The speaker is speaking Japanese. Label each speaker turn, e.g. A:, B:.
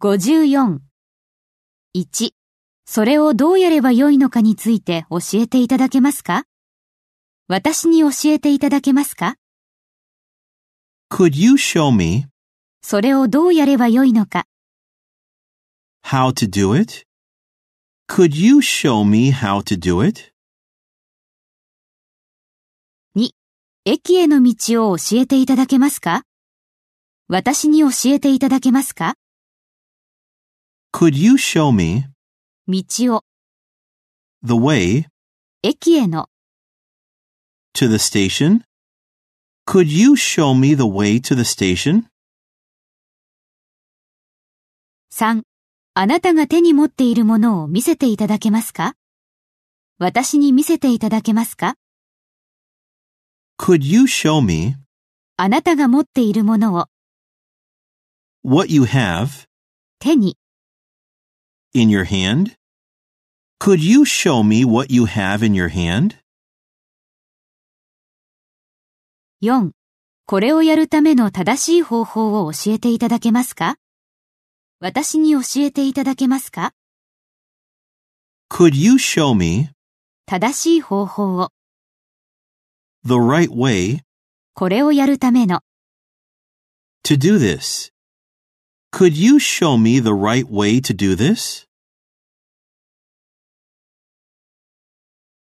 A: 54。1、それをどうやればよいのかについて教えていただけますか私に教えていただけますか
B: Could you show me
A: それをどうやればよいのか
B: how to do it? Could you show me how to do it?
A: 駅への道を教えていただけますか私に教えていただけますか
B: Could you show me
A: 道を、
B: the way
A: 駅への、
B: to the station? Could you show me the way to the station?
A: 3、あなたが手に持っているものを見せていただけますか私に見せていただけますか
B: Could you show me
A: あなたが持っているものを、
B: what you have
A: 手に、
B: in your hand? Could you show me what you have in your hand?
A: 4、これをやるための正しい方法を教えていただけますか私に教えていただけますか
B: Could you show me
A: 正しい方法を、
B: the right way
A: これをやるための、
B: to do this? Could you show me the right way to do this?